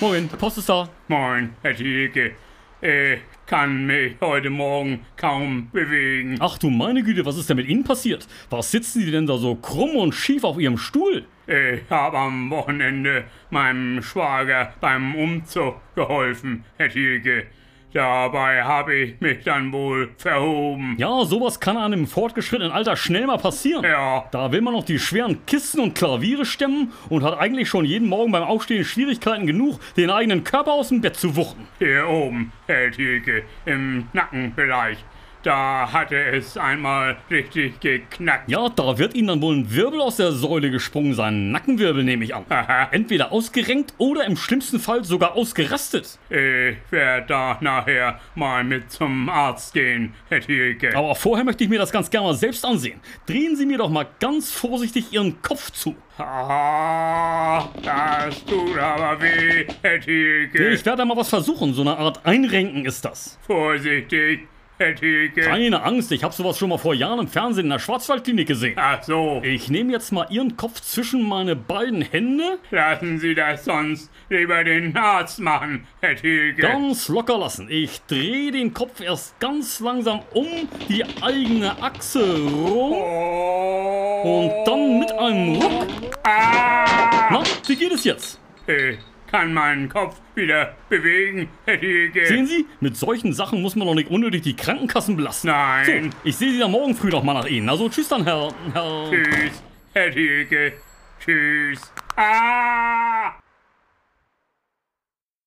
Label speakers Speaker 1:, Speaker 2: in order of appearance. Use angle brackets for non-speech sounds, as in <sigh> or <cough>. Speaker 1: Morgen, die Post ist da.
Speaker 2: Moin, Herr Thielke. Äh, kann mich heute Morgen kaum bewegen.
Speaker 1: Ach du meine Güte, was ist denn mit Ihnen passiert? Was sitzen Sie denn da so krumm und schief auf Ihrem Stuhl?
Speaker 2: Ich habe Äh, am Wochenende meinem Schwager beim Umzug geholfen, Herr Thielke. Dabei habe ich mich dann wohl verhoben.
Speaker 1: Ja, sowas kann einem im fortgeschrittenen Alter schnell mal passieren.
Speaker 2: Ja,
Speaker 1: Da will man noch die schweren Kisten und Klaviere stemmen und hat eigentlich schon jeden Morgen beim Aufstehen Schwierigkeiten genug, den eigenen Körper aus dem Bett zu wuchten.
Speaker 2: hier oben, Herr Thielke, im Nackenbereich. Da hatte es einmal richtig geknackt.
Speaker 1: Ja, da wird Ihnen dann wohl ein Wirbel aus der Säule gesprungen sein. Nackenwirbel nehme ich an.
Speaker 2: <laughs> Haha,
Speaker 1: Entweder ausgerenkt oder im schlimmsten Fall sogar ausgerastet.
Speaker 2: ich werde da nachher mal mit zum Arzt gehen, Herr Thielke.
Speaker 1: Aber vorher möchte ich mir das ganz gerne mal selbst ansehen. Drehen Sie mir doch mal ganz vorsichtig Ihren Kopf zu.
Speaker 2: Ah, das tut aber weh, Herr Thielke.
Speaker 1: Ich werde da mal was versuchen. So eine Art Einrenken ist das.
Speaker 2: Vorsichtig, Herr Thielke.
Speaker 1: Keine Angst, ich habe sowas schon mal vor Jahren im Fernsehen in der Schwarzwaldklinik gesehen.
Speaker 2: Ach so,
Speaker 1: Ich nehme jetzt mal Ihren Kopf zwischen meine beiden Hände.
Speaker 2: lassen Sie das sonst lieber den Arzt machen, Herr Thielke.
Speaker 1: Ganz locker lassen. Ich drehe den Kopf erst ganz langsam um die eigene Achse rum
Speaker 2: Oh.
Speaker 1: und dann mit einem Ruck.
Speaker 2: Ah,
Speaker 1: Na, wie geht es jetzt?
Speaker 2: ich kann meinen Kopf wieder bewegen, Herr Thielke.
Speaker 1: Sehen Sie, mit solchen Sachen muss man doch nicht unnötig die Krankenkassen belasten.
Speaker 2: Nein,
Speaker 1: So, ich sehe Sie dann morgen früh noch mal nach Ihnen. Also tschüss dann, Herr. Herr.
Speaker 2: tschüss, Herr Thielke. Tschüss. Ah!